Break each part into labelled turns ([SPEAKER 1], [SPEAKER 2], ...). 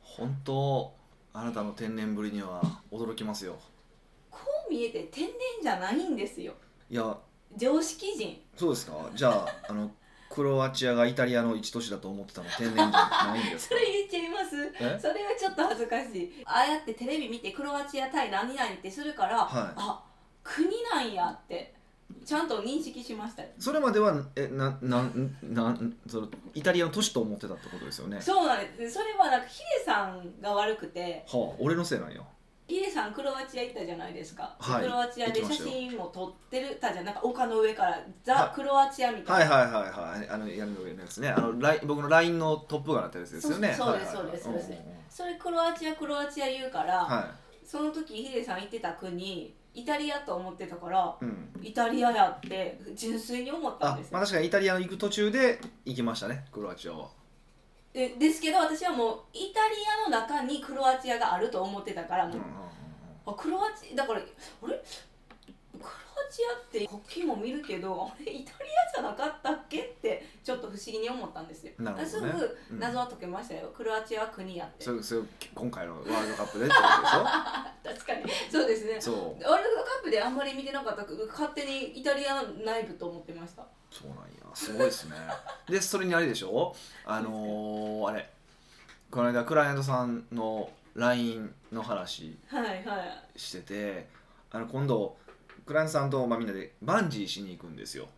[SPEAKER 1] 本当あなたの天然ぶりには驚きますよ
[SPEAKER 2] こう見えて天然じゃないんですよ
[SPEAKER 1] いや
[SPEAKER 2] 常識人
[SPEAKER 1] そうですかじゃああのクロアチアがイタリアの一都市だと思ってたの天然じゃないんです か
[SPEAKER 2] それ言っちゃいます
[SPEAKER 1] え
[SPEAKER 2] それはちょっと恥ずかしいああやってテレビ見てクロアチア対何々ってするから、
[SPEAKER 1] はい
[SPEAKER 2] あ国なんやってちゃんと認識しましたよ
[SPEAKER 1] それまではえななんなんそのイタリアの都市と思ってたってことですよねは
[SPEAKER 2] そうなんですそれはなんかヒデさんが悪くて
[SPEAKER 1] あ俺のせいなんよ
[SPEAKER 2] ヒデさんクロアチア行ったじゃないですか、
[SPEAKER 1] はい
[SPEAKER 2] クロアチアで
[SPEAKER 1] 行きま
[SPEAKER 2] 写
[SPEAKER 1] したよ
[SPEAKER 2] 真も撮ってるたじゃんなんか丘の上から
[SPEAKER 1] は
[SPEAKER 2] ザ・
[SPEAKER 1] い
[SPEAKER 2] クロアチアみたいな、
[SPEAKER 1] はいはいはいはいあの屋根の上のやつねあのライン僕の LINE のトップがなったやつですよね
[SPEAKER 2] そうそうです
[SPEAKER 1] はいはいはい
[SPEAKER 2] そうですそうです
[SPEAKER 1] んんん
[SPEAKER 2] それクロアチアクロアチア言うから、
[SPEAKER 1] は
[SPEAKER 2] その時ヒデさん行ってた国イタリアと思ってたから
[SPEAKER 1] い、うん
[SPEAKER 2] イタリアやって純粋に思ったん
[SPEAKER 1] あ
[SPEAKER 2] ですよ
[SPEAKER 1] まあ、確かにイタリアの行く途中で行きましたねクロアチアは
[SPEAKER 2] でですけど私はもうイタリアの中にクロアチアがあると思ってたから
[SPEAKER 1] うん
[SPEAKER 2] も
[SPEAKER 1] う
[SPEAKER 2] う
[SPEAKER 1] う
[SPEAKER 2] ん
[SPEAKER 1] んうん
[SPEAKER 2] あクロアチだからあれクロアチアって国旗も見るけどあれイタリアじゃなかったっけってちょっと不思議に思ったんですよ、
[SPEAKER 1] なるほどね
[SPEAKER 2] すぐ
[SPEAKER 1] うん
[SPEAKER 2] 謎は解けましたよ、クロアチアは国やって
[SPEAKER 1] それそれ今回のワールドカップでってこ
[SPEAKER 2] 確かにそうですね
[SPEAKER 1] とでし ょそう
[SPEAKER 2] ワールドカップであんまり見てなかったから勝手にイタリア内部と思ってました
[SPEAKER 1] そうなんやすごいですねでそれにあれでしょあのー、あれこの間クライアントさんの LINE の話
[SPEAKER 2] はいはい
[SPEAKER 1] しててあの今度クライアントさんと、まあ、みんなでバンジーしに行くんですよ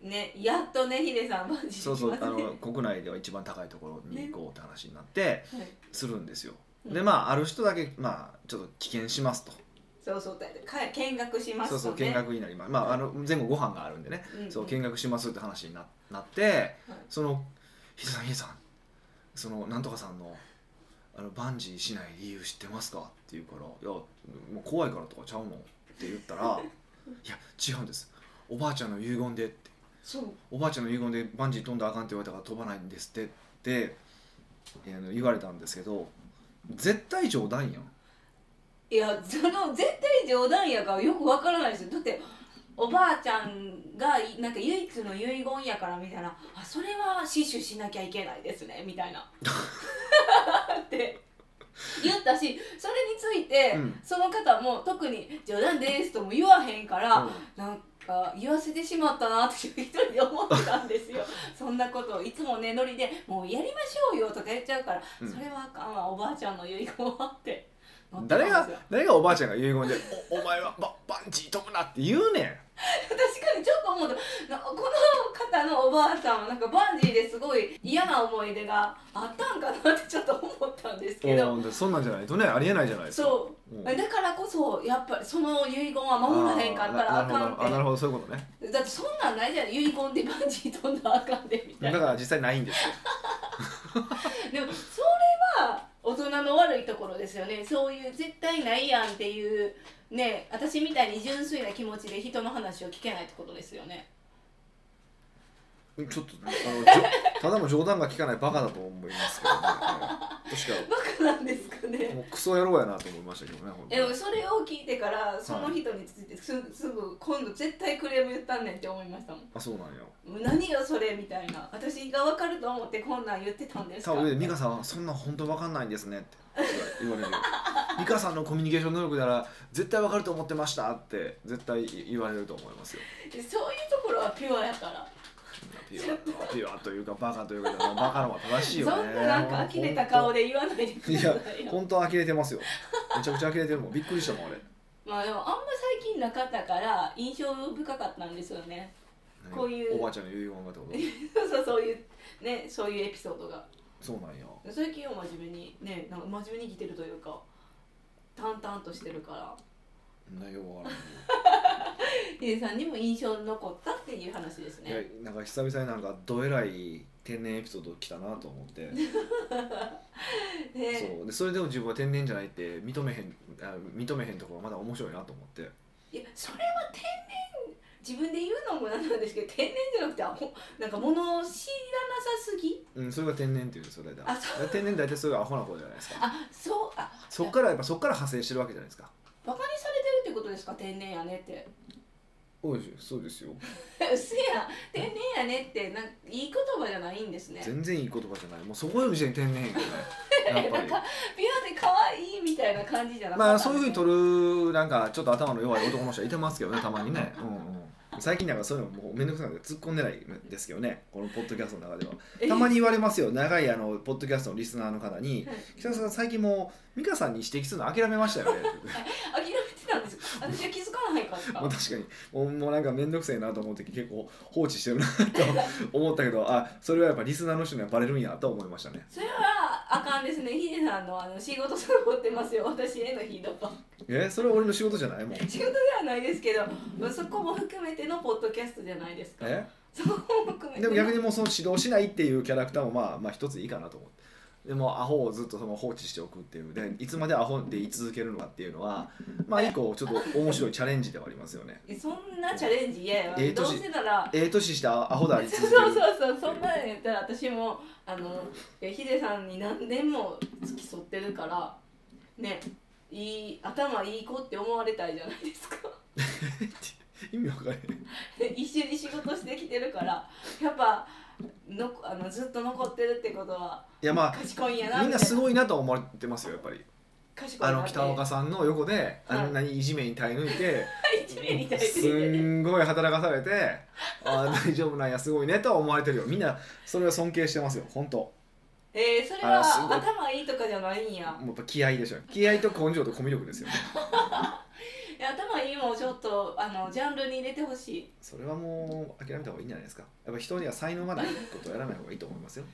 [SPEAKER 2] ねやっとねヒデさんマジで
[SPEAKER 1] そうそう
[SPEAKER 2] 来
[SPEAKER 1] あ
[SPEAKER 2] ますね
[SPEAKER 1] の国内では一番高いところに行こうって話になって
[SPEAKER 2] はい
[SPEAKER 1] するんですよ
[SPEAKER 2] うん
[SPEAKER 1] でまあある人だけ、まあ、ちょっと棄権しますと
[SPEAKER 2] そうそうだってか見学します
[SPEAKER 1] そう
[SPEAKER 2] とね
[SPEAKER 1] そう見学になります、まあ、あの前後ご飯があるんでね、
[SPEAKER 2] うんうん
[SPEAKER 1] そう見学しますって話にななって、
[SPEAKER 2] はい
[SPEAKER 1] その「ヒデさんヒデさんそのなんとかさんのあのバンジーしない理由知ってますか?」って言うから「いやもう怖いからとかちゃうの?」って言った ら「いや違うんですおばあちゃんの遺言で」って
[SPEAKER 2] そう
[SPEAKER 1] 「おばあちゃんの遺言でバンジー飛んだらあかん」って言われたから飛ばないんですってっていやあの言われたんですけど絶対冗談やん。
[SPEAKER 2] いやその絶対冗談やからよくわからないですよだっておばあちゃんがいなんか唯一の遺言やからみたいなあそれは死守しなきゃいけないですねみたいなって言ったしそれについて、
[SPEAKER 1] うん
[SPEAKER 2] その方も特に「冗談です」とも言わへんから、なんか言わせてしまったなって一人で思ってたんですよ そんなことをいつもねノリで「もうやりましょうよ」とか言っちゃうから、
[SPEAKER 1] うん
[SPEAKER 2] それはあかんわおばあちゃんの遺言はってなってたん
[SPEAKER 1] 誰
[SPEAKER 2] ですよ
[SPEAKER 1] が誰がおばあちゃんが遺言で「おお前はババンジー飛ぶな」って言うねん
[SPEAKER 2] 確かにちょっと思うとなこの方のおばあさんはなんかバンジーですごい嫌な思い出があったんかなってちょっと思ったんですけ ど
[SPEAKER 1] うんでそんなんじゃないとねありえないじゃないですか
[SPEAKER 2] そううんだからこそやっぱりその遺言は守らへんかったらあかん
[SPEAKER 1] あーななるほどあなる
[SPEAKER 2] っ
[SPEAKER 1] ほどそういうことね
[SPEAKER 2] てだってそんなんないじゃん遺言でバンジー飛んだらあかんでみた
[SPEAKER 1] だ
[SPEAKER 2] いな
[SPEAKER 1] から実際ないん ですよ
[SPEAKER 2] でもそれは大人の悪いところですよねそういう絶対ないやんっていうね私みたいに純粋な気持ちで人の話を聞けないってことですよね
[SPEAKER 1] ちょっとあのじょただの冗談が聞かないバカだと思いますけどね確
[SPEAKER 2] バカなんですかね
[SPEAKER 1] かもうクソ野郎やなと思いましたけどね本当
[SPEAKER 2] で
[SPEAKER 1] に
[SPEAKER 2] もそれを聞いてからその人についてす,、すぐ今度絶対クレーム言ったんねんって思いましたもん
[SPEAKER 1] あそうなんよ
[SPEAKER 2] もう何よそれみたいな私が分かると思ってこんなん言ってたんです
[SPEAKER 1] 多
[SPEAKER 2] か
[SPEAKER 1] 分美香さんは「そんなん本当わかんないんですね」って言われる美香さんのコミュニケーション能力なら絶対わかると思ってましたって絶対言われると思いますよ
[SPEAKER 2] そういうところはピュアやから
[SPEAKER 1] ピュアピュアというかバカというかでもバカの方が正しい
[SPEAKER 2] そん
[SPEAKER 1] よね
[SPEAKER 2] ななんか呆れた顔で言わないでく
[SPEAKER 1] い
[SPEAKER 2] だ
[SPEAKER 1] や
[SPEAKER 2] さ いよ
[SPEAKER 1] 本当呆れてますよめちゃくちゃ呆れてるもんびっくりしたもんあれ
[SPEAKER 2] まあでもあんま最近なかったから印象深かったんですよね こういう
[SPEAKER 1] おばあちゃんの遺言がって こ
[SPEAKER 2] そうそういうねそういうエピソードが
[SPEAKER 1] とそうなんや
[SPEAKER 2] 最近は真面目にねなんか真面目に生きてるというか淡々としてるから
[SPEAKER 1] 内容が
[SPEAKER 2] ヒデさんにも印象に残ったっていう話です
[SPEAKER 1] いや
[SPEAKER 2] ね
[SPEAKER 1] なんか久々になんかどえらい天然エピソード来たなと思って
[SPEAKER 2] ね
[SPEAKER 1] そうでそれでも自分は天然じゃないって認めへんあ認めへんところがまだ面白いなと思って
[SPEAKER 2] いやそれは天然自分で言うのもなんなんですけど天然じゃなくてあほなんか物を知らなさすぎ
[SPEAKER 1] うんそれが天然っていうんですよ大体
[SPEAKER 2] あそ
[SPEAKER 1] だ
[SPEAKER 2] う
[SPEAKER 1] から天然大体そういうアホな子じゃないですか
[SPEAKER 2] あそうあ
[SPEAKER 1] そっからやっぱそっから派生してるわけじゃないですか
[SPEAKER 2] バカにされてるってことですか天然やねって
[SPEAKER 1] おいそうですよ
[SPEAKER 2] せや天然やねってなんかいい言葉じゃないんですね
[SPEAKER 1] 全然いい言葉じゃないもうそこより時点で天然やけ どねやっぱ
[SPEAKER 2] なん
[SPEAKER 1] り
[SPEAKER 2] か美容で可愛いみたいな感じじゃなか
[SPEAKER 1] ま
[SPEAKER 2] っ
[SPEAKER 1] あ
[SPEAKER 2] た
[SPEAKER 1] そ
[SPEAKER 2] ん
[SPEAKER 1] ういうふう
[SPEAKER 2] ですね
[SPEAKER 1] に取るなんかちょっと頭の弱い男の人はいてますけどねたまにね、うんうん、最近なんかそういうのもうめんどくさいので突っ込んでないんですけどねこのポッドキャストの中では
[SPEAKER 2] え
[SPEAKER 1] たま に言われますよ長いあのポッドキャストのリスナーの方に
[SPEAKER 2] はい
[SPEAKER 1] 「北田さん最近もう美香さんに指摘するの諦めましたよね」
[SPEAKER 2] 諦めてたんです私は気づかないかっ
[SPEAKER 1] もう
[SPEAKER 2] た
[SPEAKER 1] 確かにもうもうなんか面倒くせえなと思って結構放置してるなと思ったけどあそれはやっぱリスナーの人にはバレるんやと思いましたね
[SPEAKER 2] それはあかんですねヒデさんのあの仕事サボってますよ私へのヒードバ
[SPEAKER 1] えそれは俺の仕事じゃないもん
[SPEAKER 2] 仕事ではないですけどまあそこも含めてのポッドキャストじゃないですか
[SPEAKER 1] え
[SPEAKER 2] そこも含めて
[SPEAKER 1] でも逆に
[SPEAKER 2] に
[SPEAKER 1] もうその指導しないっていうキャラクターもまあまあ一ついいかなと思ってでもアホをずっとその放置しておくっていうでいつまでアホで言い続けるのかっていうのはまあ一個ちょっと面白いチャレンジではありますよね
[SPEAKER 2] そんなチャレンジ嫌やわ
[SPEAKER 1] ええ
[SPEAKER 2] どう
[SPEAKER 1] 年
[SPEAKER 2] せなら
[SPEAKER 1] ええ年したアホだあり
[SPEAKER 2] そう
[SPEAKER 1] 続
[SPEAKER 2] そ
[SPEAKER 1] ける
[SPEAKER 2] うそうそうそんなの言ったら私もあのいやヒデさんに何年も付き添ってるからねいい頭いい子って思われたいじゃないですか
[SPEAKER 1] 意味わかれへん
[SPEAKER 2] 一緒に仕事してきてるからやっぱのあのずっと残ってるってことはい
[SPEAKER 1] やま
[SPEAKER 2] 賢いんや
[SPEAKER 1] あ
[SPEAKER 2] な
[SPEAKER 1] みんなす
[SPEAKER 2] い
[SPEAKER 1] ごいなと思われてますよやっぱり
[SPEAKER 2] 賢い
[SPEAKER 1] あ
[SPEAKER 2] な
[SPEAKER 1] の
[SPEAKER 2] って
[SPEAKER 1] 北岡さんの横で
[SPEAKER 2] はい
[SPEAKER 1] あんなにいじめに耐え抜いて、
[SPEAKER 2] 一面に対し
[SPEAKER 1] す
[SPEAKER 2] て
[SPEAKER 1] んごい働かされてあー大丈夫なんやすごいねとは思われてるよみんなそれは尊敬してますよ本当
[SPEAKER 2] えー、それ
[SPEAKER 1] あらすご
[SPEAKER 2] はい頭いいとかじゃないんや
[SPEAKER 1] もうやっぱ気合いでしょ気合と根性とコミュ力ですよね
[SPEAKER 2] いや頭いいもんちょっとあのジャンルに入れてほしい
[SPEAKER 1] それはもう諦めた方がいいんじゃないですかやっぱ人には才能がないことをやらない方がいいと思いますよ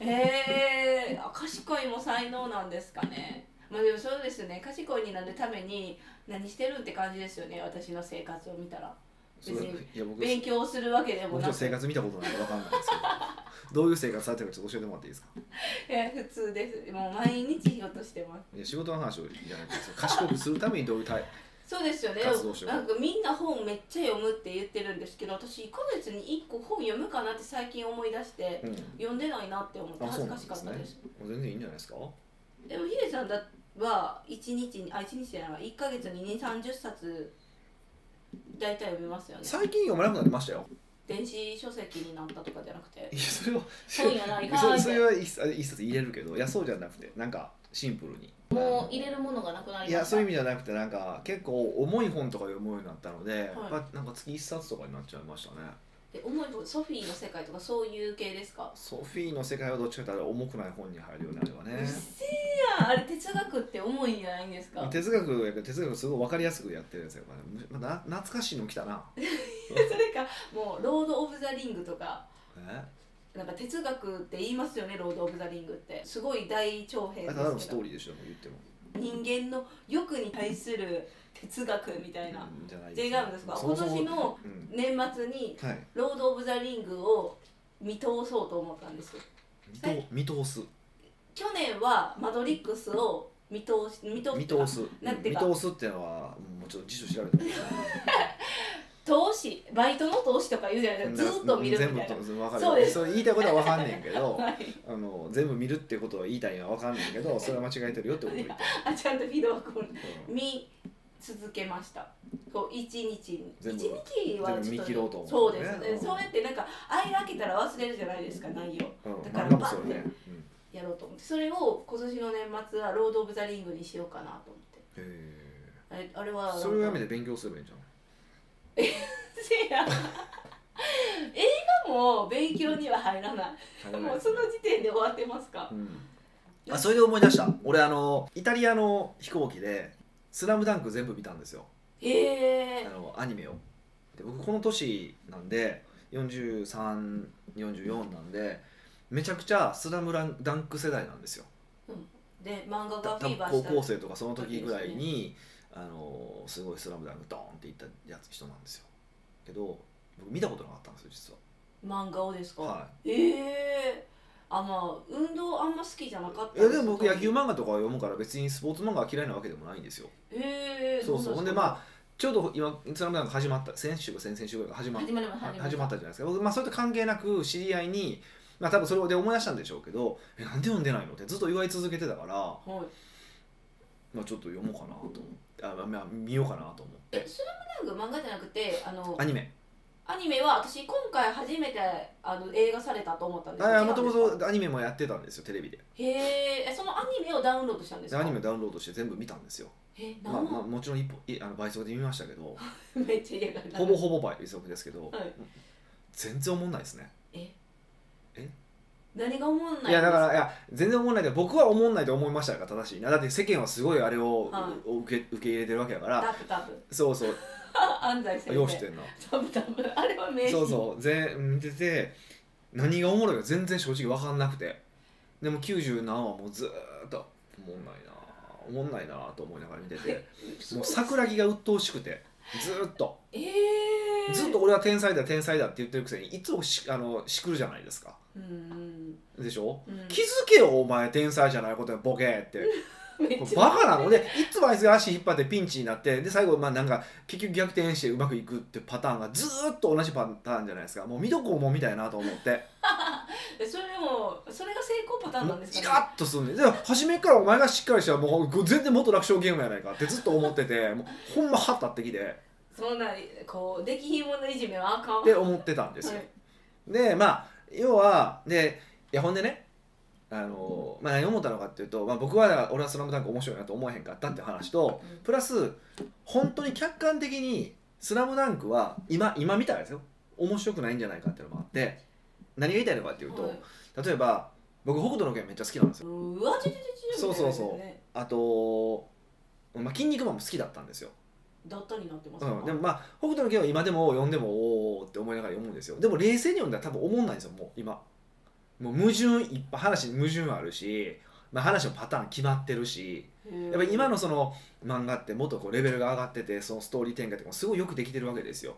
[SPEAKER 2] えー、あ賢いも才能なんですかねまあでもそうですね賢いになるために何してるって感じですよね私の生活を見たら
[SPEAKER 1] それ
[SPEAKER 2] 別
[SPEAKER 1] い
[SPEAKER 2] に
[SPEAKER 1] や僕
[SPEAKER 2] 勉強するわけでも
[SPEAKER 1] もち
[SPEAKER 2] な
[SPEAKER 1] ろん
[SPEAKER 2] く
[SPEAKER 1] 生活見たことないから分かんないですけどどういう生活されてるかちょっと教えてもらっていいですか
[SPEAKER 2] えー普通ですもう毎日仕事してます
[SPEAKER 1] いや仕事の話をじゃなくてその賢くするためにどういうタイ
[SPEAKER 2] そうですよね
[SPEAKER 1] 活動してる
[SPEAKER 2] なんかみんな本めっちゃ読むって言ってるんですけど私1ヶ月に1個本読むかなって最近思い出して
[SPEAKER 1] プ、うん、
[SPEAKER 2] 読んでないなって思って
[SPEAKER 1] あそう
[SPEAKER 2] 恥ず
[SPEAKER 1] な
[SPEAKER 2] か
[SPEAKER 1] んで
[SPEAKER 2] しかっ
[SPEAKER 1] す
[SPEAKER 2] た
[SPEAKER 1] ね
[SPEAKER 2] です
[SPEAKER 1] もう全然いいんじゃないですか
[SPEAKER 2] でもヒデさんだは1日にあ1日じゃない1か月に2 3 0冊大体読みますよね
[SPEAKER 1] 最近読まなくなりましたよ
[SPEAKER 2] 電子書籍になったとかじゃなくて
[SPEAKER 1] いやそれは
[SPEAKER 2] 本やないかーい
[SPEAKER 1] そそれは一冊一冊入れるけどいやそうじゃなくてなんかシンプルに
[SPEAKER 2] もう入れるものがなくなりました
[SPEAKER 1] いやそういう意味じゃなくてなんか結構重い本とか読むようになったので、
[SPEAKER 2] は
[SPEAKER 1] なんか月一冊とかになっちゃいましたね
[SPEAKER 2] で重い本ソフィーの世界とかそういう系ですか、
[SPEAKER 1] ソフィーの世界はどっちかというと重くない本に入るようになれば
[SPEAKER 2] うっ
[SPEAKER 1] ね
[SPEAKER 2] せえやんあれ哲学って重いんじゃないんですか
[SPEAKER 1] 哲学やけど哲学すごい分かりやすくやってるんですよ、まあな懐かしいの来た な
[SPEAKER 2] それかもう「ロード・オブ・ザ・リング」とか
[SPEAKER 1] え
[SPEAKER 2] なんか哲学って言いますよね「ロード・オブ・ザ・リング」ってすごい大長編
[SPEAKER 1] あ
[SPEAKER 2] で
[SPEAKER 1] れただの
[SPEAKER 2] す
[SPEAKER 1] ス
[SPEAKER 2] け
[SPEAKER 1] ト
[SPEAKER 2] ど
[SPEAKER 1] ーリーでしょもう言っても
[SPEAKER 2] 人間の欲に対する哲学みたいな
[SPEAKER 1] うんじゃない
[SPEAKER 2] 違うんですか
[SPEAKER 1] そもそも
[SPEAKER 2] 今年の
[SPEAKER 1] うん
[SPEAKER 2] 年末に
[SPEAKER 1] はい
[SPEAKER 2] 「ロード・オブ・ザ・リング」を見通そうと思ったんですよ
[SPEAKER 1] 見通見通す
[SPEAKER 2] 去年は「マドリックス」を見通し見通
[SPEAKER 1] 見通
[SPEAKER 2] し
[SPEAKER 1] す
[SPEAKER 2] なんていう
[SPEAKER 1] 見
[SPEAKER 2] か
[SPEAKER 1] 通すっていうのはもうちょっと辞書調べても
[SPEAKER 2] 投資バイトの投資とか言うじゃないです かずーっと見る
[SPEAKER 1] 全
[SPEAKER 2] み
[SPEAKER 1] 部
[SPEAKER 2] たいな。
[SPEAKER 1] 分かる
[SPEAKER 2] そうです
[SPEAKER 1] それ言いたいことは分かんねんけど
[SPEAKER 2] はい、
[SPEAKER 1] あの全部見るってことは言いたいのは分かんねんけ どそれは間違えてるよってこと言って
[SPEAKER 2] あちゃんとフィードバックを
[SPEAKER 1] うん
[SPEAKER 2] 見続けましたこう一日に一
[SPEAKER 1] 全部
[SPEAKER 2] 日は
[SPEAKER 1] 全部見切ろうと思
[SPEAKER 2] そ
[SPEAKER 1] う
[SPEAKER 2] う
[SPEAKER 1] ね
[SPEAKER 2] ですね、
[SPEAKER 1] うん
[SPEAKER 2] そうやってなんか間開けたら忘れるじゃないですか内容
[SPEAKER 1] うん
[SPEAKER 2] だから
[SPEAKER 1] 漫画もそうよねうん
[SPEAKER 2] やろうと思ってそれを今年の年末は「ロード・オブ・ザ・リング」にしようかなと思って
[SPEAKER 1] へえ
[SPEAKER 2] あれあれは
[SPEAKER 1] それをやめ
[SPEAKER 2] て
[SPEAKER 1] て勉強すればいいじゃん
[SPEAKER 2] せや映画も勉強には入らないもうその時点で終わってますか
[SPEAKER 1] うん、あそれで思い出した俺あのイタリアの飛行機で「スラムダンク全部見たんですよ
[SPEAKER 2] へ
[SPEAKER 1] あ
[SPEAKER 2] え
[SPEAKER 1] のアニメをで僕この年なんで4344なんでめちゃくちゃ「スラムダンク世代なんですよ
[SPEAKER 2] で漫画
[SPEAKER 1] た
[SPEAKER 2] がフ
[SPEAKER 1] 多分
[SPEAKER 2] ィーバー
[SPEAKER 1] 高
[SPEAKER 2] した
[SPEAKER 1] 校生とかその時ぐらいに、あのすごい「スラムダンクドーンっていったやつ人なんですよけど僕見たことなかったんですよ実
[SPEAKER 2] 漫画をですか、
[SPEAKER 1] ははい
[SPEAKER 2] ええあまあ運動あんま好きじゃなかった
[SPEAKER 1] いやでも僕野球
[SPEAKER 2] も
[SPEAKER 1] 漫画とかは読むから別にスポーツ漫画は嫌いなわけでもないんですよ
[SPEAKER 2] へえ
[SPEAKER 1] そうそうほんで
[SPEAKER 2] あ
[SPEAKER 1] まあちょうど今「スラムダンク始まった先週か先々週ぐらいが始まっ
[SPEAKER 2] 始まります
[SPEAKER 1] は始まったじゃないですか僕、まあ、それと関係なく知り合いに、まあ、多分それで思い出したんでしょうけど「えなんで読んでないの?」ってずっと言われ続けてたから
[SPEAKER 2] はい
[SPEAKER 1] まあ、ちょっと読もうかなと思ってあ、まあ、見ようかなと思う
[SPEAKER 2] えスラムダンク漫画じゃなくてあの
[SPEAKER 1] アニメ
[SPEAKER 2] アニメは私今回初めてあの映画されたと思ったんです
[SPEAKER 1] あ
[SPEAKER 2] 違うん
[SPEAKER 1] も
[SPEAKER 2] です
[SPEAKER 1] と
[SPEAKER 2] か
[SPEAKER 1] もとアニメもやってたんですよテレビで
[SPEAKER 2] へええそのアニメをダウンロードしたんです
[SPEAKER 1] で
[SPEAKER 2] か
[SPEAKER 1] アニメダウンロードして全部見たんですよ、
[SPEAKER 2] え何
[SPEAKER 1] まあ
[SPEAKER 2] 万、
[SPEAKER 1] まあ、もちろん一歩いあの倍速で見ましたけど
[SPEAKER 2] めっちゃ嫌がる
[SPEAKER 1] ほぼほぼ倍速ですけど、
[SPEAKER 2] はい
[SPEAKER 1] 全然思んないですね
[SPEAKER 2] 何が思わないんです
[SPEAKER 1] いやだからいや全然思んないけど僕は思んないと思いましたが正しいなだって世間はすごいあれを、
[SPEAKER 2] は
[SPEAKER 1] 受け受け入れてるわけだから
[SPEAKER 2] タプタプ
[SPEAKER 1] そうそう
[SPEAKER 2] 安西先生
[SPEAKER 1] ようしてんな
[SPEAKER 2] タプタプあれは名
[SPEAKER 1] そう
[SPEAKER 2] う
[SPEAKER 1] そう全見てて何がおもろいか全然正直分かんなくてでも90何話もうずーっとおもんないなおもんないなと思いながら見ててもう桜木が鬱陶しくてずーっと
[SPEAKER 2] ええ
[SPEAKER 1] ずっと俺は天才だ天才だって言ってるくせにいつもしあのしくるじゃないですか
[SPEAKER 2] うんうん
[SPEAKER 1] でしょ
[SPEAKER 2] うん
[SPEAKER 1] 気づけよお前天才じゃないことやボケーって
[SPEAKER 2] め
[SPEAKER 1] これ
[SPEAKER 2] っちゃ
[SPEAKER 1] バカなのでいつもあいつが足引っ張ってピンチになってで最後まあなんか結局逆転してうまくいくってパターンがずーっと同じパターンじゃないですかもう見どころもみたいなと思って
[SPEAKER 2] えそれもそれが成功パターン
[SPEAKER 1] も
[SPEAKER 2] なん
[SPEAKER 1] う
[SPEAKER 2] です
[SPEAKER 1] イ
[SPEAKER 2] か、ね、
[SPEAKER 1] ラッとするねで初めからお前がしっかりしたらもう全然元楽勝ゲームやないかってずっと思っててもうほんま腹立ってきて
[SPEAKER 2] そんなこうできひんものいじめはあかんわ
[SPEAKER 1] って思ってたんですよ、
[SPEAKER 2] はい
[SPEAKER 1] でまあ要はでいやほんでねあの、まあ、何を思ったのかっていうと、まあ、僕は俺は「スラムダンク面白いなと思わへんかったっていう話と
[SPEAKER 2] うん
[SPEAKER 1] プラス本当に客観的に「スラムダンクは今今見たらですよ面白くないんじゃないかっていうのもあって何が言いたいのかっていうと、
[SPEAKER 2] はい
[SPEAKER 1] 例えば僕北斗の拳めっちゃ好きなんですよ
[SPEAKER 2] うわちょちょちょちょみたいな
[SPEAKER 1] そうそうそう
[SPEAKER 2] やつね
[SPEAKER 1] あと、まあ、筋肉マンも好きだったんですよ、
[SPEAKER 2] だったになってますか、
[SPEAKER 1] うん、でもまあ北斗の拳は今でも読んでもおおって思いながら読むんですよでも冷静に読んだら多分思んないんですよもう今もう矛盾いっぱい話に矛盾あるし、まあ、話のパターン決まってるしやっぱり今
[SPEAKER 2] の、
[SPEAKER 1] のその漫画ってもっとこうレベルが上がっててそのストーリー展開とかもすごいよくできてるわけですよ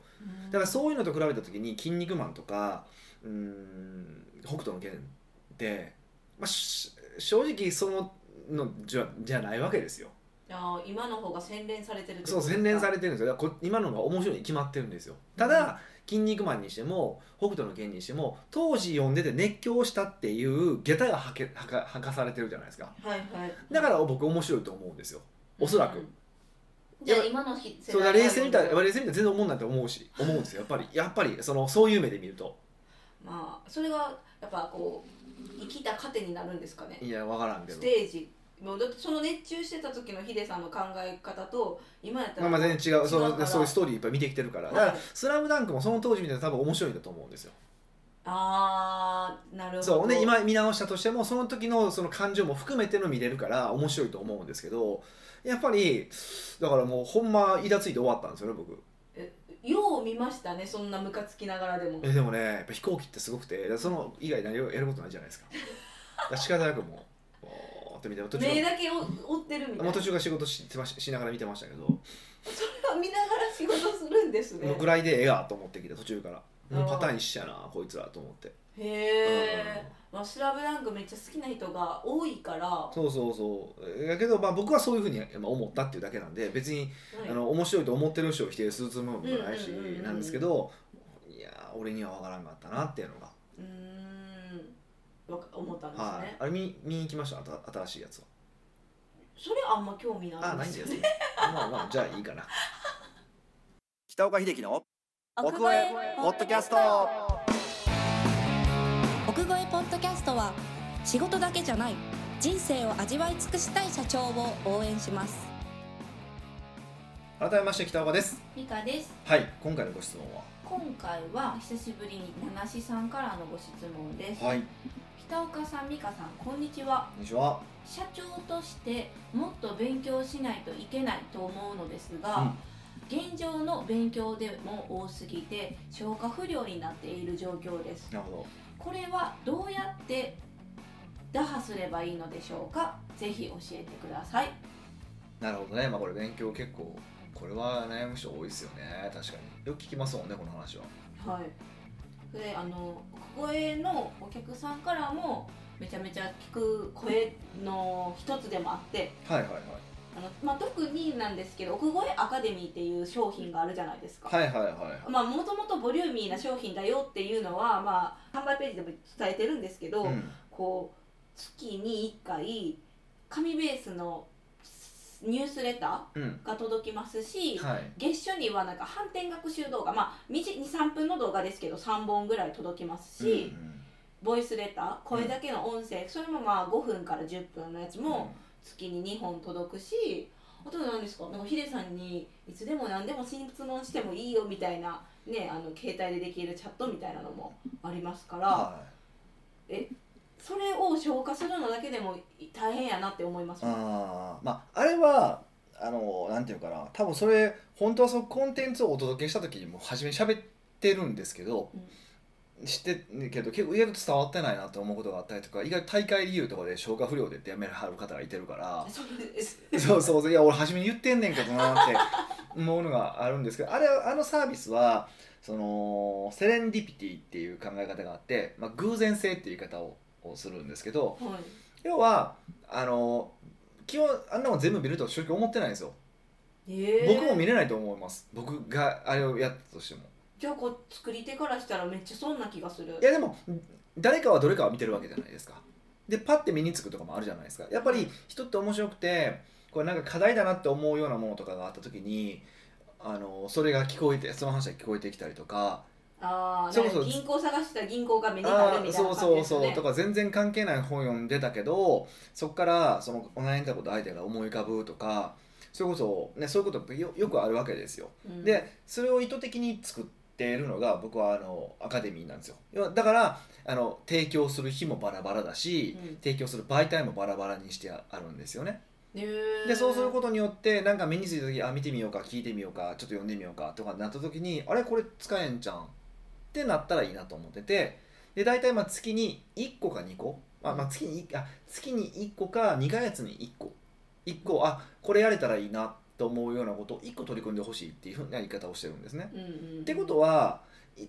[SPEAKER 1] だからそういうのと比べた時に「筋肉マン」とかうーん「北斗の拳」って、まあ、し正直そののじゃじゃないわけですよ
[SPEAKER 2] あー今の方が洗練されてる
[SPEAKER 1] そう洗練さ
[SPEAKER 2] れ
[SPEAKER 1] れてるんですよだからこ今のが面白いに決まってるんですよただ「筋肉マン」にしても「北斗の拳」にしても当時読んでて熱狂したっていう下駄がはけはかはかされてるじゃないですか
[SPEAKER 2] はいはい
[SPEAKER 1] だから僕面白いと思うんですよおそらく
[SPEAKER 2] うんじゃあ今の日
[SPEAKER 1] それだから冷静に見たらやっぱ冷静に見たら全然思んないと思うし思うんですよやっぱりやっぱりそのそういう目で見ると
[SPEAKER 2] まあそれがやっぱこう生きた糧になるんですかね
[SPEAKER 1] いや分からんけ
[SPEAKER 2] ス
[SPEAKER 1] ど
[SPEAKER 2] テージもうだってその熱中してた時のヒデさんの考え方と今やった
[SPEAKER 1] まあ
[SPEAKER 2] ら、
[SPEAKER 1] まあ全然違うそ
[SPEAKER 2] 違うか
[SPEAKER 1] の
[SPEAKER 2] ら
[SPEAKER 1] そういうストーリーいっぱい見てきてるから
[SPEAKER 2] は
[SPEAKER 1] だ
[SPEAKER 2] い
[SPEAKER 1] から「スラムダンクもその当時みたいな多分面白いんだと思うんですよ
[SPEAKER 2] あーなるほど
[SPEAKER 1] そうね今見直したとしてもその時のその感情も含めての見れるから面白いと思うんですけどやっぱりだからもうほんまイラついて終わったんですよね僕
[SPEAKER 2] よう見ましたねそんなムカつきながらでも
[SPEAKER 1] えでもねやっぱ飛行機ってすごくてその以外何をやることないじゃないですかだから仕方なくもうおーって見て途中
[SPEAKER 2] 目だけを追ってるみたい
[SPEAKER 1] も
[SPEAKER 2] な
[SPEAKER 1] う途中から仕事してまししながら見てましたけど
[SPEAKER 2] 見ながら仕事するんです
[SPEAKER 1] の
[SPEAKER 2] ね
[SPEAKER 1] ぐらいでええやと思ってきて途中からもうパター
[SPEAKER 2] あ
[SPEAKER 1] ン一緒やなこいつらと思って
[SPEAKER 2] へえ
[SPEAKER 1] う、ん
[SPEAKER 2] まあ、スラムダンクめっちゃ好きな人が多いから、は
[SPEAKER 1] そうそうそうだけど、まあ、僕はそういうふうにまあ思ったっていうだけなんで別に、
[SPEAKER 2] い
[SPEAKER 1] あの面白いと思ってる人を否定するつもりもないし
[SPEAKER 2] うんうんうんうん
[SPEAKER 1] なんですけどいやー俺には分からんかったなっていうのが、
[SPEAKER 2] うーんわか思ったんですね、
[SPEAKER 1] はい、あれ見見に行きましたあた新しいやつは
[SPEAKER 2] それあんま興味な
[SPEAKER 1] あ
[SPEAKER 2] い
[SPEAKER 1] ないん
[SPEAKER 2] です
[SPEAKER 1] ですね
[SPEAKER 2] よ
[SPEAKER 1] まあ まあじゃあいいかな北岡秀樹の
[SPEAKER 3] 奥越えポッドキャスト
[SPEAKER 4] 奥越えポッドキャストは仕事だけじゃない人生を味わい尽くしたい社長を応援します
[SPEAKER 1] 改めまして北岡です
[SPEAKER 2] ミカです
[SPEAKER 1] はい今回のご質問は
[SPEAKER 2] 今回は久しぶりに七志さんからのご質問です、
[SPEAKER 1] はいこ
[SPEAKER 2] 北岡さん美香さんこんにちは
[SPEAKER 1] んにちは
[SPEAKER 2] 社長としてもっと勉強しないといけないと思うのですが、現状の勉強でも多すぎて消化不良になっている状況です
[SPEAKER 1] なるほど
[SPEAKER 2] これはどうやって打破すればいいのでしょうかぜひ教えてください
[SPEAKER 1] なるほどねまあこれ勉強結構これは悩む人多いですよね確かによく聞きますもんねこの話は
[SPEAKER 2] はいであの声のお客さんからもめちゃめちゃ聞く声の一つでもあって
[SPEAKER 1] はいはいはい
[SPEAKER 2] あの、まあ、特になんですけど奥越えアカデミーっていう商品があるじゃないですか、
[SPEAKER 1] はいはいはい
[SPEAKER 2] まあもともとボリューミーな商品だよっていうのは、まあ、販売ページでも伝えてるんですけど、
[SPEAKER 1] うん
[SPEAKER 2] こう月に1回紙ベースのニュースレタ
[SPEAKER 1] うん
[SPEAKER 2] ーが届きますし、
[SPEAKER 1] はい
[SPEAKER 2] 月初にはなんか反転学習動画まあ23分の動画ですけど3本ぐらい届きますし、
[SPEAKER 1] うん
[SPEAKER 2] ボイスレター声だけの音声、それもまあ5分から10分のやつ
[SPEAKER 1] うん
[SPEAKER 2] も月に2本届くしあと何ですかなんかヒデさんにいつでも何でも質問してもいいよみたいなねあの携帯でできるチャットみたいなのもありますから、
[SPEAKER 1] はい
[SPEAKER 2] それを消化するのだけでも大変やなって思います
[SPEAKER 1] あーまああれはあのなんていうかな多分それ本当はそのコンテンツをお届けした時にもう初めに喋ってるんですけど、知ってんけど結構意外と伝わってないなと思うことがあったりとか意外と大会理由とかで消化不良でってやめはる方がいてるから
[SPEAKER 2] そうです
[SPEAKER 1] そうそうそういや俺初めに言ってんねんけどなって思うのがあるんですけどあれあのサービスはそのセレンディピティっていう考え方があって、まあ、偶然性っていう言い方ををするんですけど、
[SPEAKER 2] はい
[SPEAKER 1] 要はあの基本あんなもん全部見ると正直思ってないんですよ、
[SPEAKER 2] え
[SPEAKER 1] 僕も見れないと思います僕があれをやったとしても
[SPEAKER 2] じゃあこう作り手からしたらめっちゃ損な気がする
[SPEAKER 1] いやでも誰かはどれかは見てるわけじゃないですかでパッて身につくとかもあるじゃないですかやっぱり人って面白くてこれなんか課題だなって思うようなものとかがあった時にあのそれが聞こえてその話が聞こえてきたりとか
[SPEAKER 2] ああ
[SPEAKER 1] そうそう
[SPEAKER 2] 銀行探してた銀行が目に入
[SPEAKER 1] あ
[SPEAKER 2] る
[SPEAKER 1] ー
[SPEAKER 2] みたい
[SPEAKER 1] そ
[SPEAKER 2] な
[SPEAKER 1] う
[SPEAKER 2] 感じ
[SPEAKER 1] そう
[SPEAKER 2] ですよ
[SPEAKER 1] そう
[SPEAKER 2] ね
[SPEAKER 1] とか全然関係ない本読んでたけどそこからその悩んだこと相手が思い浮かぶとかそれこそ、ね、そういうことよよくあるわけですよ。
[SPEAKER 2] うん
[SPEAKER 1] でそれを意図的に作っているのが僕はあのアカデミーなんですよ要はだからあの提供する日もバラバラだし、
[SPEAKER 2] うん
[SPEAKER 1] 提供する媒体もバラバラにしてあるんですよね
[SPEAKER 2] へー
[SPEAKER 1] でそうすることによってなんか目についた時あ見てみようか聞いてみようかちょっと読んでみようかとかなった時にあれこれ使えんじゃんってなったらいいなと思っててで大体まあ月に1個か2個あ、まあ、月にいあ月に1個か2ヶ月に1個1個あこれやれたらいいなと思うようなことを1個取り組んでほしいっていうふうな言い方をしてるんですね。
[SPEAKER 2] うんうんうん
[SPEAKER 1] ってことは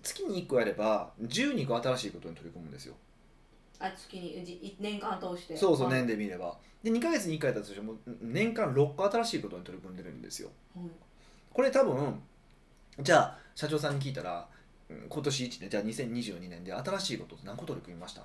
[SPEAKER 1] 月に1個やれば12個新しいことに取り組むんですよ
[SPEAKER 2] あ月にじ一年間通して
[SPEAKER 1] そうそう
[SPEAKER 2] はい
[SPEAKER 1] 年で見ればで2ヶ月に1回やったとしても年間6個新しいことに取り組んでるんですよ
[SPEAKER 2] はい
[SPEAKER 1] これ多分じゃあ社長さんに聞いたらうん今年1年じゃあ2022年で新しいことって何個取り組みましたっ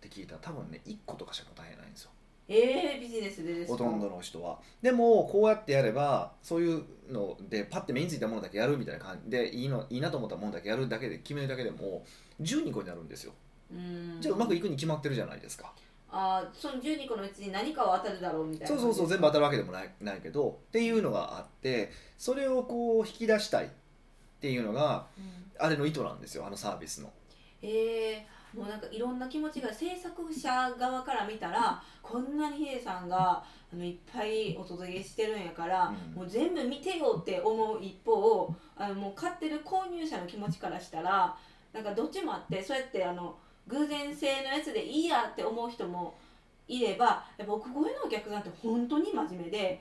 [SPEAKER 1] て聞いたら多分ね1個とかしか答えないんですよ
[SPEAKER 2] えー、ビジネスでです
[SPEAKER 1] ほ
[SPEAKER 2] か
[SPEAKER 1] とんどの人はでもこうやってやればそういうのでパッて目についたものだけやるみたいな感じでいいのいいなと思ったものだけやるだけで決めるだけでも12個になるんですよ
[SPEAKER 2] うん
[SPEAKER 1] じゃあうまくいくに決まってるじゃないですか、
[SPEAKER 2] あーその12個のうちに何かは当たるだろうみたいな
[SPEAKER 1] そうそうそう全部当たるわけでもないないけどっていうのがあってそれをこう引き出したいっていうのが
[SPEAKER 2] うん
[SPEAKER 1] あれの意図なんですよあのサービスの
[SPEAKER 2] えー、もうなんかいろんな気持ちが制作者側から見たらこんなにヒデさんがあのいっぱいお届けしてるんやから、
[SPEAKER 1] うん
[SPEAKER 2] もう全部見てよって思う一方あのもう買ってる購入者の気持ちからしたらなんかどっちもあってそうやってあの偶然性のやつでいいやって思う人もいればやっぱ奥越えのお客さんって本当に真面目で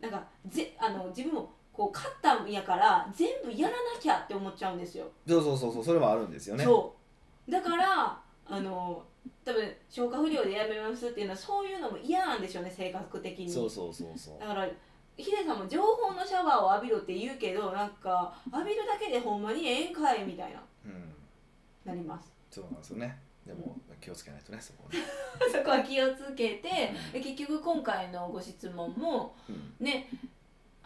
[SPEAKER 2] なんかぜあの自分もこう買ったんやから全部やらなきゃって思っちゃうんですよ。
[SPEAKER 1] そうそうそうそうそれもあるんですよね
[SPEAKER 2] そうだからあの多分消化不良でやめますっていうのはそういうのも嫌なんでしょうね性格的に
[SPEAKER 1] そうそうそうそう
[SPEAKER 2] だからヒデさんも情報のシャワーを浴びろって言うけどなんか浴びるだけでほんまにええんかいみたいな
[SPEAKER 1] うん
[SPEAKER 2] なります
[SPEAKER 1] そうなんですよねでも気をつけないとねそこはね、
[SPEAKER 2] そこは気をつけてで結局今回のご質問も
[SPEAKER 1] うん
[SPEAKER 2] ね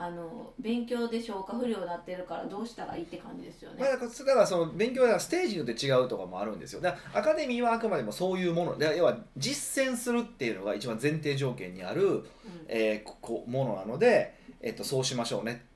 [SPEAKER 2] あの勉強で消化不良になってるからどうしたらいいって感じですよね、
[SPEAKER 1] まあ、だからだからその勉強はステージによって違うとかもあるんですよだからアカデミーはあくまでもそういうもので要は実践するっていうのが一番前提条件にある、
[SPEAKER 2] うん
[SPEAKER 1] えーここものなので、えっとそうしましょうね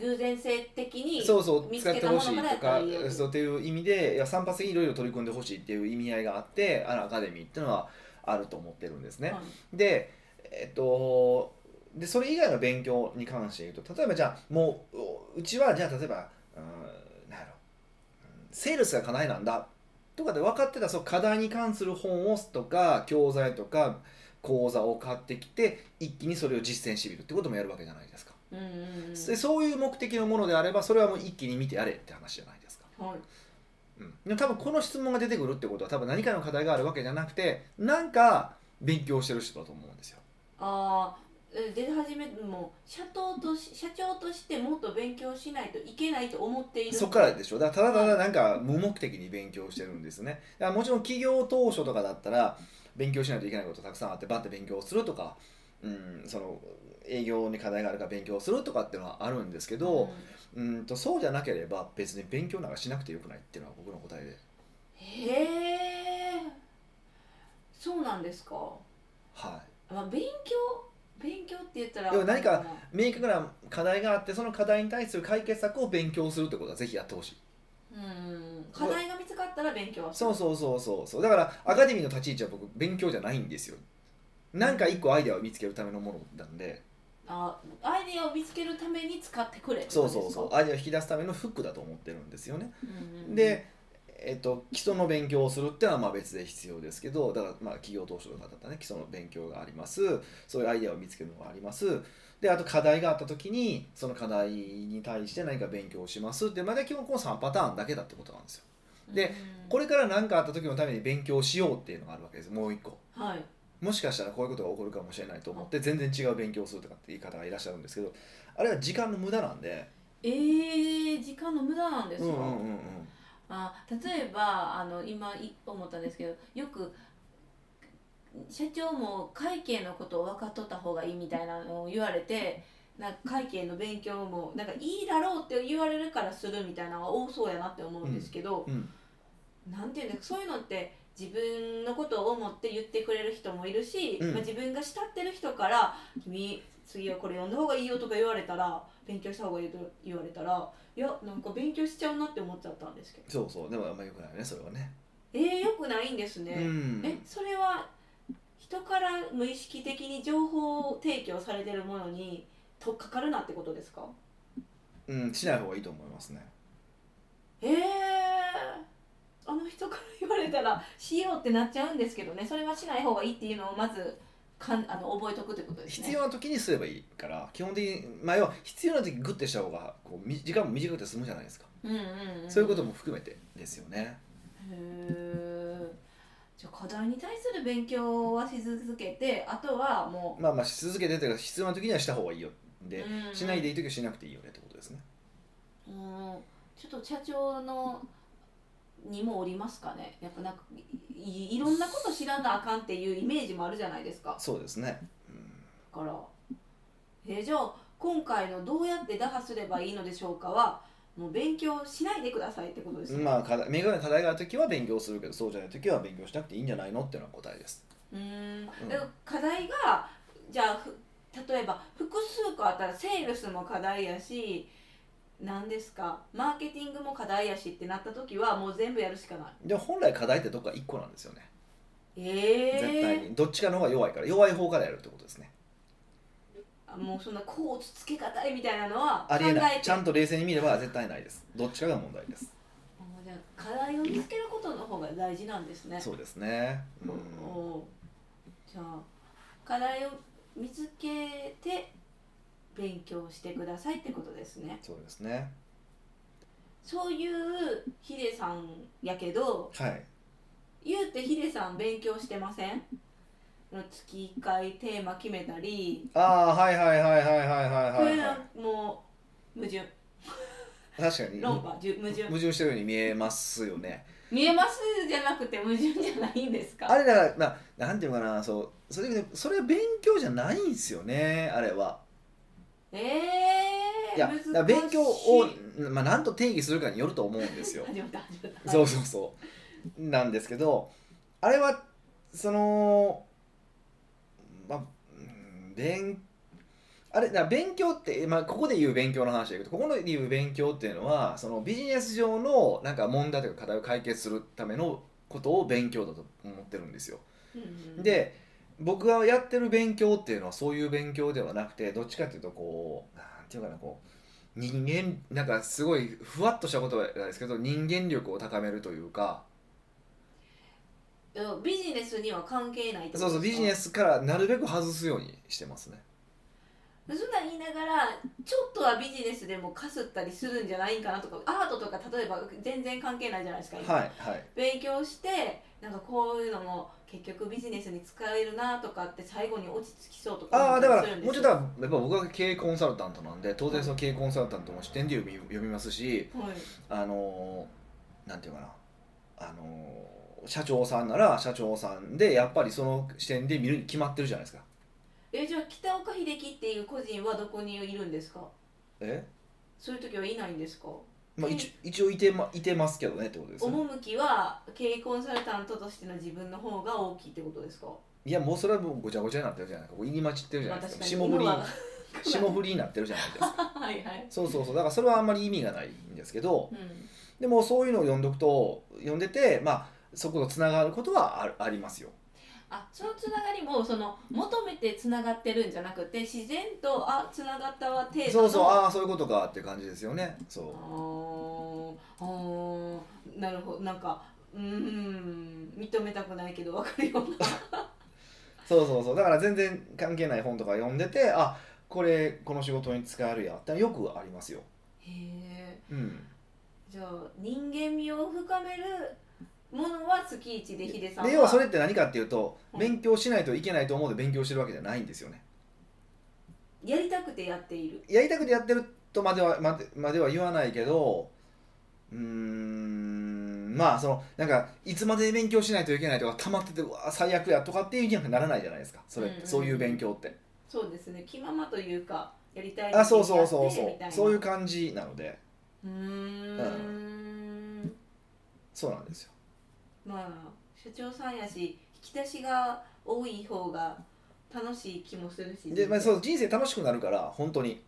[SPEAKER 2] 偶然性的に
[SPEAKER 1] そうそう
[SPEAKER 2] 見
[SPEAKER 1] 使
[SPEAKER 2] つ
[SPEAKER 1] っ
[SPEAKER 2] け
[SPEAKER 1] て
[SPEAKER 2] たも
[SPEAKER 1] ほしい
[SPEAKER 2] のから
[SPEAKER 1] と
[SPEAKER 2] やったら
[SPEAKER 1] か
[SPEAKER 2] いいよ
[SPEAKER 1] そうっていう意味でいや散発的にいろいろ取り組んでほしいっていう意味合いがあってあのアカデミーっていうのはあると思ってるんですね。
[SPEAKER 2] はい
[SPEAKER 1] で,、えっと、でそれ以外の勉強に関して言うと例えばじゃあもうううちはじゃあ例えばうんなんやろうんセールスが課題なんだとかで分かってたその課題に関する本をとか教材とか講座を買ってきて一気にそれを実践してみるってこともやるわけじゃないですか。
[SPEAKER 2] うんうんうん
[SPEAKER 1] でそういう目的のものであればそれはもう一気に見てやれって話じゃないですか、
[SPEAKER 2] はい
[SPEAKER 1] うん、でも多分この質問が出てくるってことは多分何かの課題があるわけじゃなくてなんか勉強してる人だと思うんですよ
[SPEAKER 2] ああ出始めも社長とし社長としてもっと勉強しないといけないと思っている
[SPEAKER 1] そこからでしょだからただただなんか無目的に勉強してるんですねだからもちろん企業当初とかだったら勉強しないといけないことたくさんあってバッて勉強するとか、うん、その営業に課題があるから勉強するとかっていうのはあるんですけど、うん、とそうじゃなければ別に勉強なんかしなくてよくないっていうのは僕の答えで
[SPEAKER 2] へえそうなんですか、
[SPEAKER 1] は
[SPEAKER 2] まあ、勉強勉強って言ったら
[SPEAKER 1] でも何かい明確な課題があってその課題に対する解決策を勉強するってことはぜひやってほしい
[SPEAKER 2] うん課題が見つかったら勉強はする
[SPEAKER 1] そうそうそうそうそうだからアカデミーの立ち位置は僕勉強じゃないんですよなんか一個アイデアを見つけるためのものなんで
[SPEAKER 2] あアイデアを見つけるために使ってくれってこ
[SPEAKER 1] そう
[SPEAKER 2] とですか
[SPEAKER 1] そうそうアイデアを引き出すためのフックだと思ってるんですよね
[SPEAKER 2] うんうん
[SPEAKER 1] で、えっと、基礎の勉強をするっていうのはまあ別で必要ですけどだからまあ企業投資の方だったらね基礎の勉強がありますそういうアイデアを見つけるのがありますであと課題があった時にその課題に対して何か勉強をしますでまだ基本この3パターンだけだってことなんですよで
[SPEAKER 2] うん
[SPEAKER 1] これから何かあった時のために勉強しようっていうのがあるわけですもう一個
[SPEAKER 2] はい
[SPEAKER 1] もしかしたらこういうことが起こるかもしれないと思って全然違う勉強をするとかって言い方がいらっしゃるんですけどあれは時間の無駄なんで
[SPEAKER 2] えー、時間の無駄なんです
[SPEAKER 1] うんうん
[SPEAKER 2] か、
[SPEAKER 1] うんうん
[SPEAKER 2] あ例えばあの今い思ったんですけどよく社長も会計のことを分かっとった方がいいみたいなのを言われてなんか会計の勉強もなんかいいだろうって言われるからするみたいなのが多そうやなって思うんですけど、
[SPEAKER 1] うん
[SPEAKER 2] なんていうんだそういうのって自分のことを思って言ってくれる人もいるし、
[SPEAKER 1] うん
[SPEAKER 2] まあ、自分が慕ってる人から「君次はこれ読んだ方がいいよ」とか言われたら勉強した方がいいと言われたらいやなんか勉強しちゃうなって思っちゃったんですけど。
[SPEAKER 1] そうそうでもあんまよくないよねそれはね
[SPEAKER 2] えー、よくないんです
[SPEAKER 1] う
[SPEAKER 2] ね、
[SPEAKER 1] ん
[SPEAKER 2] えそれは人から無意識的に情報を提供されてるものにとっかかるなってことですか
[SPEAKER 1] うん、しない方がいいと思いますね。
[SPEAKER 2] えー、あの人から言われたらしようってなっちゃうんですけどねそれはしない方がいいっていうのをまずかんあの覚えとくってことですね
[SPEAKER 1] 必要な時にすればいいから、基本的に、まあ、要は必要な時にグッてした方が、こう、み時間も短くて済むじゃないですか。
[SPEAKER 2] うんうん、うん、
[SPEAKER 1] そういうことも含めてですよね。
[SPEAKER 2] へーじゃあ課題に対する勉強はし続けてあとはも
[SPEAKER 1] まあまあ、し続けてというか、必要な時にはした方がいいよ。
[SPEAKER 2] う、
[SPEAKER 1] で
[SPEAKER 2] う、んうん
[SPEAKER 1] しないでいい時はしなくていいよねってことですね。
[SPEAKER 2] うんちょっと社長のにもおりますかねやっぱなんかいいろんなこと知らなあかんっていうイメージもあるじゃないですか
[SPEAKER 1] そうですね。
[SPEAKER 2] だから、えーじゃあ今回の「どうやって打破すればいいのでしょうかは」もう勉強しないでくださいってことです
[SPEAKER 1] うん、
[SPEAKER 2] ね、
[SPEAKER 1] まあ、課題、明確な課題がある時は勉強するけど、そうじゃない時は勉強しなくていいんじゃないのっていうのは答えです。
[SPEAKER 2] うーん
[SPEAKER 1] ん
[SPEAKER 2] だから課題がじゃあふ例えば複数個あったらセールスも課題やし何ですかマーケティングも課題やしってなった時はもう全部やるしかない
[SPEAKER 1] でも、本来課題ってどっか一個なんですよね。
[SPEAKER 2] ええー、
[SPEAKER 1] 絶対に、どっちかの方が弱いから、弱い方からやるってことですね。
[SPEAKER 2] あもうそんなこうつつけがたいみたいなのは考
[SPEAKER 1] あ
[SPEAKER 2] えて
[SPEAKER 1] りえない。ちゃんと冷静に見れば、絶対ないです。どっちかが問題です。
[SPEAKER 2] あじゃあ課題を見つけることの方が大事なんですね
[SPEAKER 1] そうですね。うん
[SPEAKER 2] おーじゃあ課題を見つけて勉強してくださいってことですね
[SPEAKER 1] そうですね。
[SPEAKER 2] そういうヒデさんやけど
[SPEAKER 1] はい。
[SPEAKER 2] 言うてヒデさん勉強してません月1回テーマ決めたり
[SPEAKER 1] ああ、はいはいはいはいはいはい
[SPEAKER 2] こ
[SPEAKER 1] は
[SPEAKER 2] れ
[SPEAKER 1] い、
[SPEAKER 2] は
[SPEAKER 1] は
[SPEAKER 2] もう矛盾
[SPEAKER 1] い。確かに。
[SPEAKER 2] 論破じゅ矛盾
[SPEAKER 1] 矛盾してるように見えますよね。
[SPEAKER 2] 見えますじゃなくて矛盾じゃないんですか
[SPEAKER 1] あれだから、まあ、なんていうのかな、そう、それで、それは勉強じゃないんですよね、あれは。
[SPEAKER 2] ええー、
[SPEAKER 1] いや、だ
[SPEAKER 2] 難し
[SPEAKER 1] から勉強を、まあ、なんと定義するかによると思うんですよ。
[SPEAKER 2] 始まった始まった
[SPEAKER 1] そうそうそう。なんですけど、あれは、その、まあ、うん勉、あれ、だから勉強って、まあ、ここで言う勉強の話だけど、ここで言う勉強っていうのは、そのビジネス上の、なんか問題とか課題を解決するためのことを勉強だと思ってるんですよ。
[SPEAKER 2] うんうん
[SPEAKER 1] で、僕がやってる勉強っていうのはそういう勉強ではなくてどっちかっていうとこうなんていうかなこう人間なんかすごいふわっとしたことなんですけど人間力を高めるというか
[SPEAKER 2] ビジネスには関係ないってこ
[SPEAKER 1] そう
[SPEAKER 2] と
[SPEAKER 1] そう
[SPEAKER 2] で
[SPEAKER 1] ビ
[SPEAKER 2] す
[SPEAKER 1] ジ
[SPEAKER 2] か
[SPEAKER 1] ネスからなるべく外すようにしてますね
[SPEAKER 2] そんなん言いながらちょっとはビジネスでもかすったりするんじゃないんかなとかアートとか例えば全然関係ないじゃないですか、今
[SPEAKER 1] はいはい
[SPEAKER 2] 勉強してなんかこういうのも結局ビジネスに使えるなとかって最後に落ち着きそうとか
[SPEAKER 1] ああだから
[SPEAKER 2] するんです
[SPEAKER 1] もうちょっと
[SPEAKER 2] よ
[SPEAKER 1] はやっぱ僕は経営コンサルタントなんで当然その経営コンサルタントの視点で読み読みますし
[SPEAKER 2] はい
[SPEAKER 1] あのーなんていうかなあのー社長さんなら社長さんでやっぱりその視点で見るに決まってるじゃないですか
[SPEAKER 2] えじゃあ北岡秀樹っていう個人はどこにいるんですか
[SPEAKER 1] え
[SPEAKER 2] そういう時はいないんですか
[SPEAKER 1] まあ一一応いて,、ま、いてますけどねってことですね
[SPEAKER 2] 趣は経営コンサルタントとしての自分の方が大きいってことですか
[SPEAKER 1] いやもうそれはもうごちゃごちゃになってるじゃないかこう入り待ちってるじゃ
[SPEAKER 2] ま
[SPEAKER 1] な
[SPEAKER 2] あ
[SPEAKER 1] いですか
[SPEAKER 2] 確か
[SPEAKER 1] 霜
[SPEAKER 2] に
[SPEAKER 1] 降り
[SPEAKER 2] 今は
[SPEAKER 1] 霜降りになってるじゃないですか
[SPEAKER 2] はいはい、
[SPEAKER 1] そうそうそうだからそれはあんまり意味がないんですけど
[SPEAKER 2] うん、
[SPEAKER 1] でもそういうのを読んどくと読んでてまあそことつながることはあるありますよ
[SPEAKER 2] あそのつながりもその求めてつながってるんじゃなくて自然とあつながったわ程度の
[SPEAKER 1] そうそうああそういうことかって感じですよねそ
[SPEAKER 2] あーあーなるほどなんかうーん認めたくないけどわかるような
[SPEAKER 1] うそうそうそうだから全然関係ない本とか読んでてあこれこの仕事に使えるやってよくありますよ
[SPEAKER 2] へえ
[SPEAKER 1] うん
[SPEAKER 2] じゃあ人間味を深めるものは月一でヒデさん
[SPEAKER 1] で要はそれって何かっていうと
[SPEAKER 2] うん
[SPEAKER 1] 勉強しないといけないと思うで勉強してるわけじゃないんですよね
[SPEAKER 2] やりたくてやっている
[SPEAKER 1] やりたくてやってるとまではまでまでは言わないけどうーんまあそのなんかいつまで勉強しないといけないとか溜まっててうわ最悪やとかっていう意見にならないじゃないですかそれって、
[SPEAKER 2] うんうん
[SPEAKER 1] そういう勉強って
[SPEAKER 2] そうですね気ままというかやりたい
[SPEAKER 1] あそうそうそう
[SPEAKER 2] 時に
[SPEAKER 1] そ
[SPEAKER 2] やってみた
[SPEAKER 1] う
[SPEAKER 2] な
[SPEAKER 1] そういう感じなので
[SPEAKER 2] うーん
[SPEAKER 1] そうなんですよ
[SPEAKER 2] まあ社長さんやし引き出しが多い方が楽しい気もするし
[SPEAKER 1] で、まあ、そう人生楽しくなるから本当に、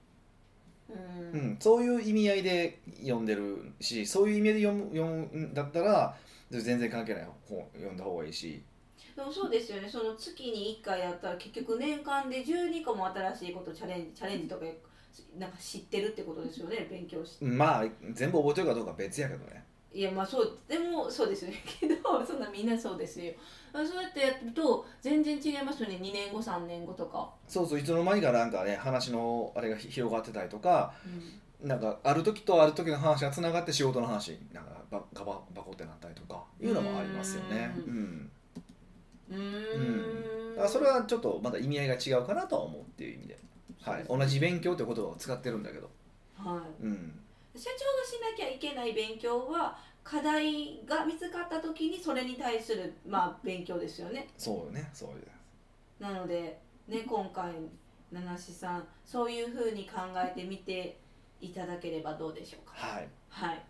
[SPEAKER 2] う
[SPEAKER 1] うんん、そういう意味合いで読んでるしそういう意味で読む読むんだったら全然関係ない本読んだ方がいいし
[SPEAKER 2] でもそうですよねその月に1回やったら結局年間で12個も新しいことチャレンジチャレンジとかなんか知ってるってことですよね勉強して
[SPEAKER 1] まあ全部覚えてるかどうかは別やけどね
[SPEAKER 2] いやまあそうでもそうですよね けどそんなみんなそうですよそうやってやってると全然違いますよね2年後3年後とか、
[SPEAKER 1] そうそういつの間にかなんかね話のあれがひ広がってたりとか
[SPEAKER 2] うん
[SPEAKER 1] なんかある時とある時の話がつながって仕事の話になんかばガババコってなったりとかいうのもありますよね
[SPEAKER 2] う
[SPEAKER 1] うんん、
[SPEAKER 2] うーん
[SPEAKER 1] だからそれはちょっとまだ意味合いが違うかなとは思うっていう意味で、はい、同じ勉強って言葉を使ってるんだけど
[SPEAKER 2] は
[SPEAKER 1] うん
[SPEAKER 2] い、社長がしなきゃいけない勉強は課題が見つかった時にそれに対する、まあ、勉強ですよね
[SPEAKER 1] そうよねそういう
[SPEAKER 2] なので、ね、今回七志さんそういうふうに考えてみていただければどうでしょうか
[SPEAKER 1] はい
[SPEAKER 2] はい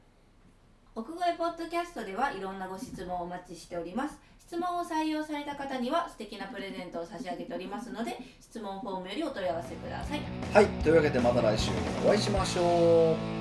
[SPEAKER 2] 屋外ポッドキャストではいろんなご質問をお待ちしております質問を採用された方には素敵なプレゼントを差し上げておりますので質問フォームよりお問い合わせください
[SPEAKER 1] はいというわけでまた来週お会いしましょう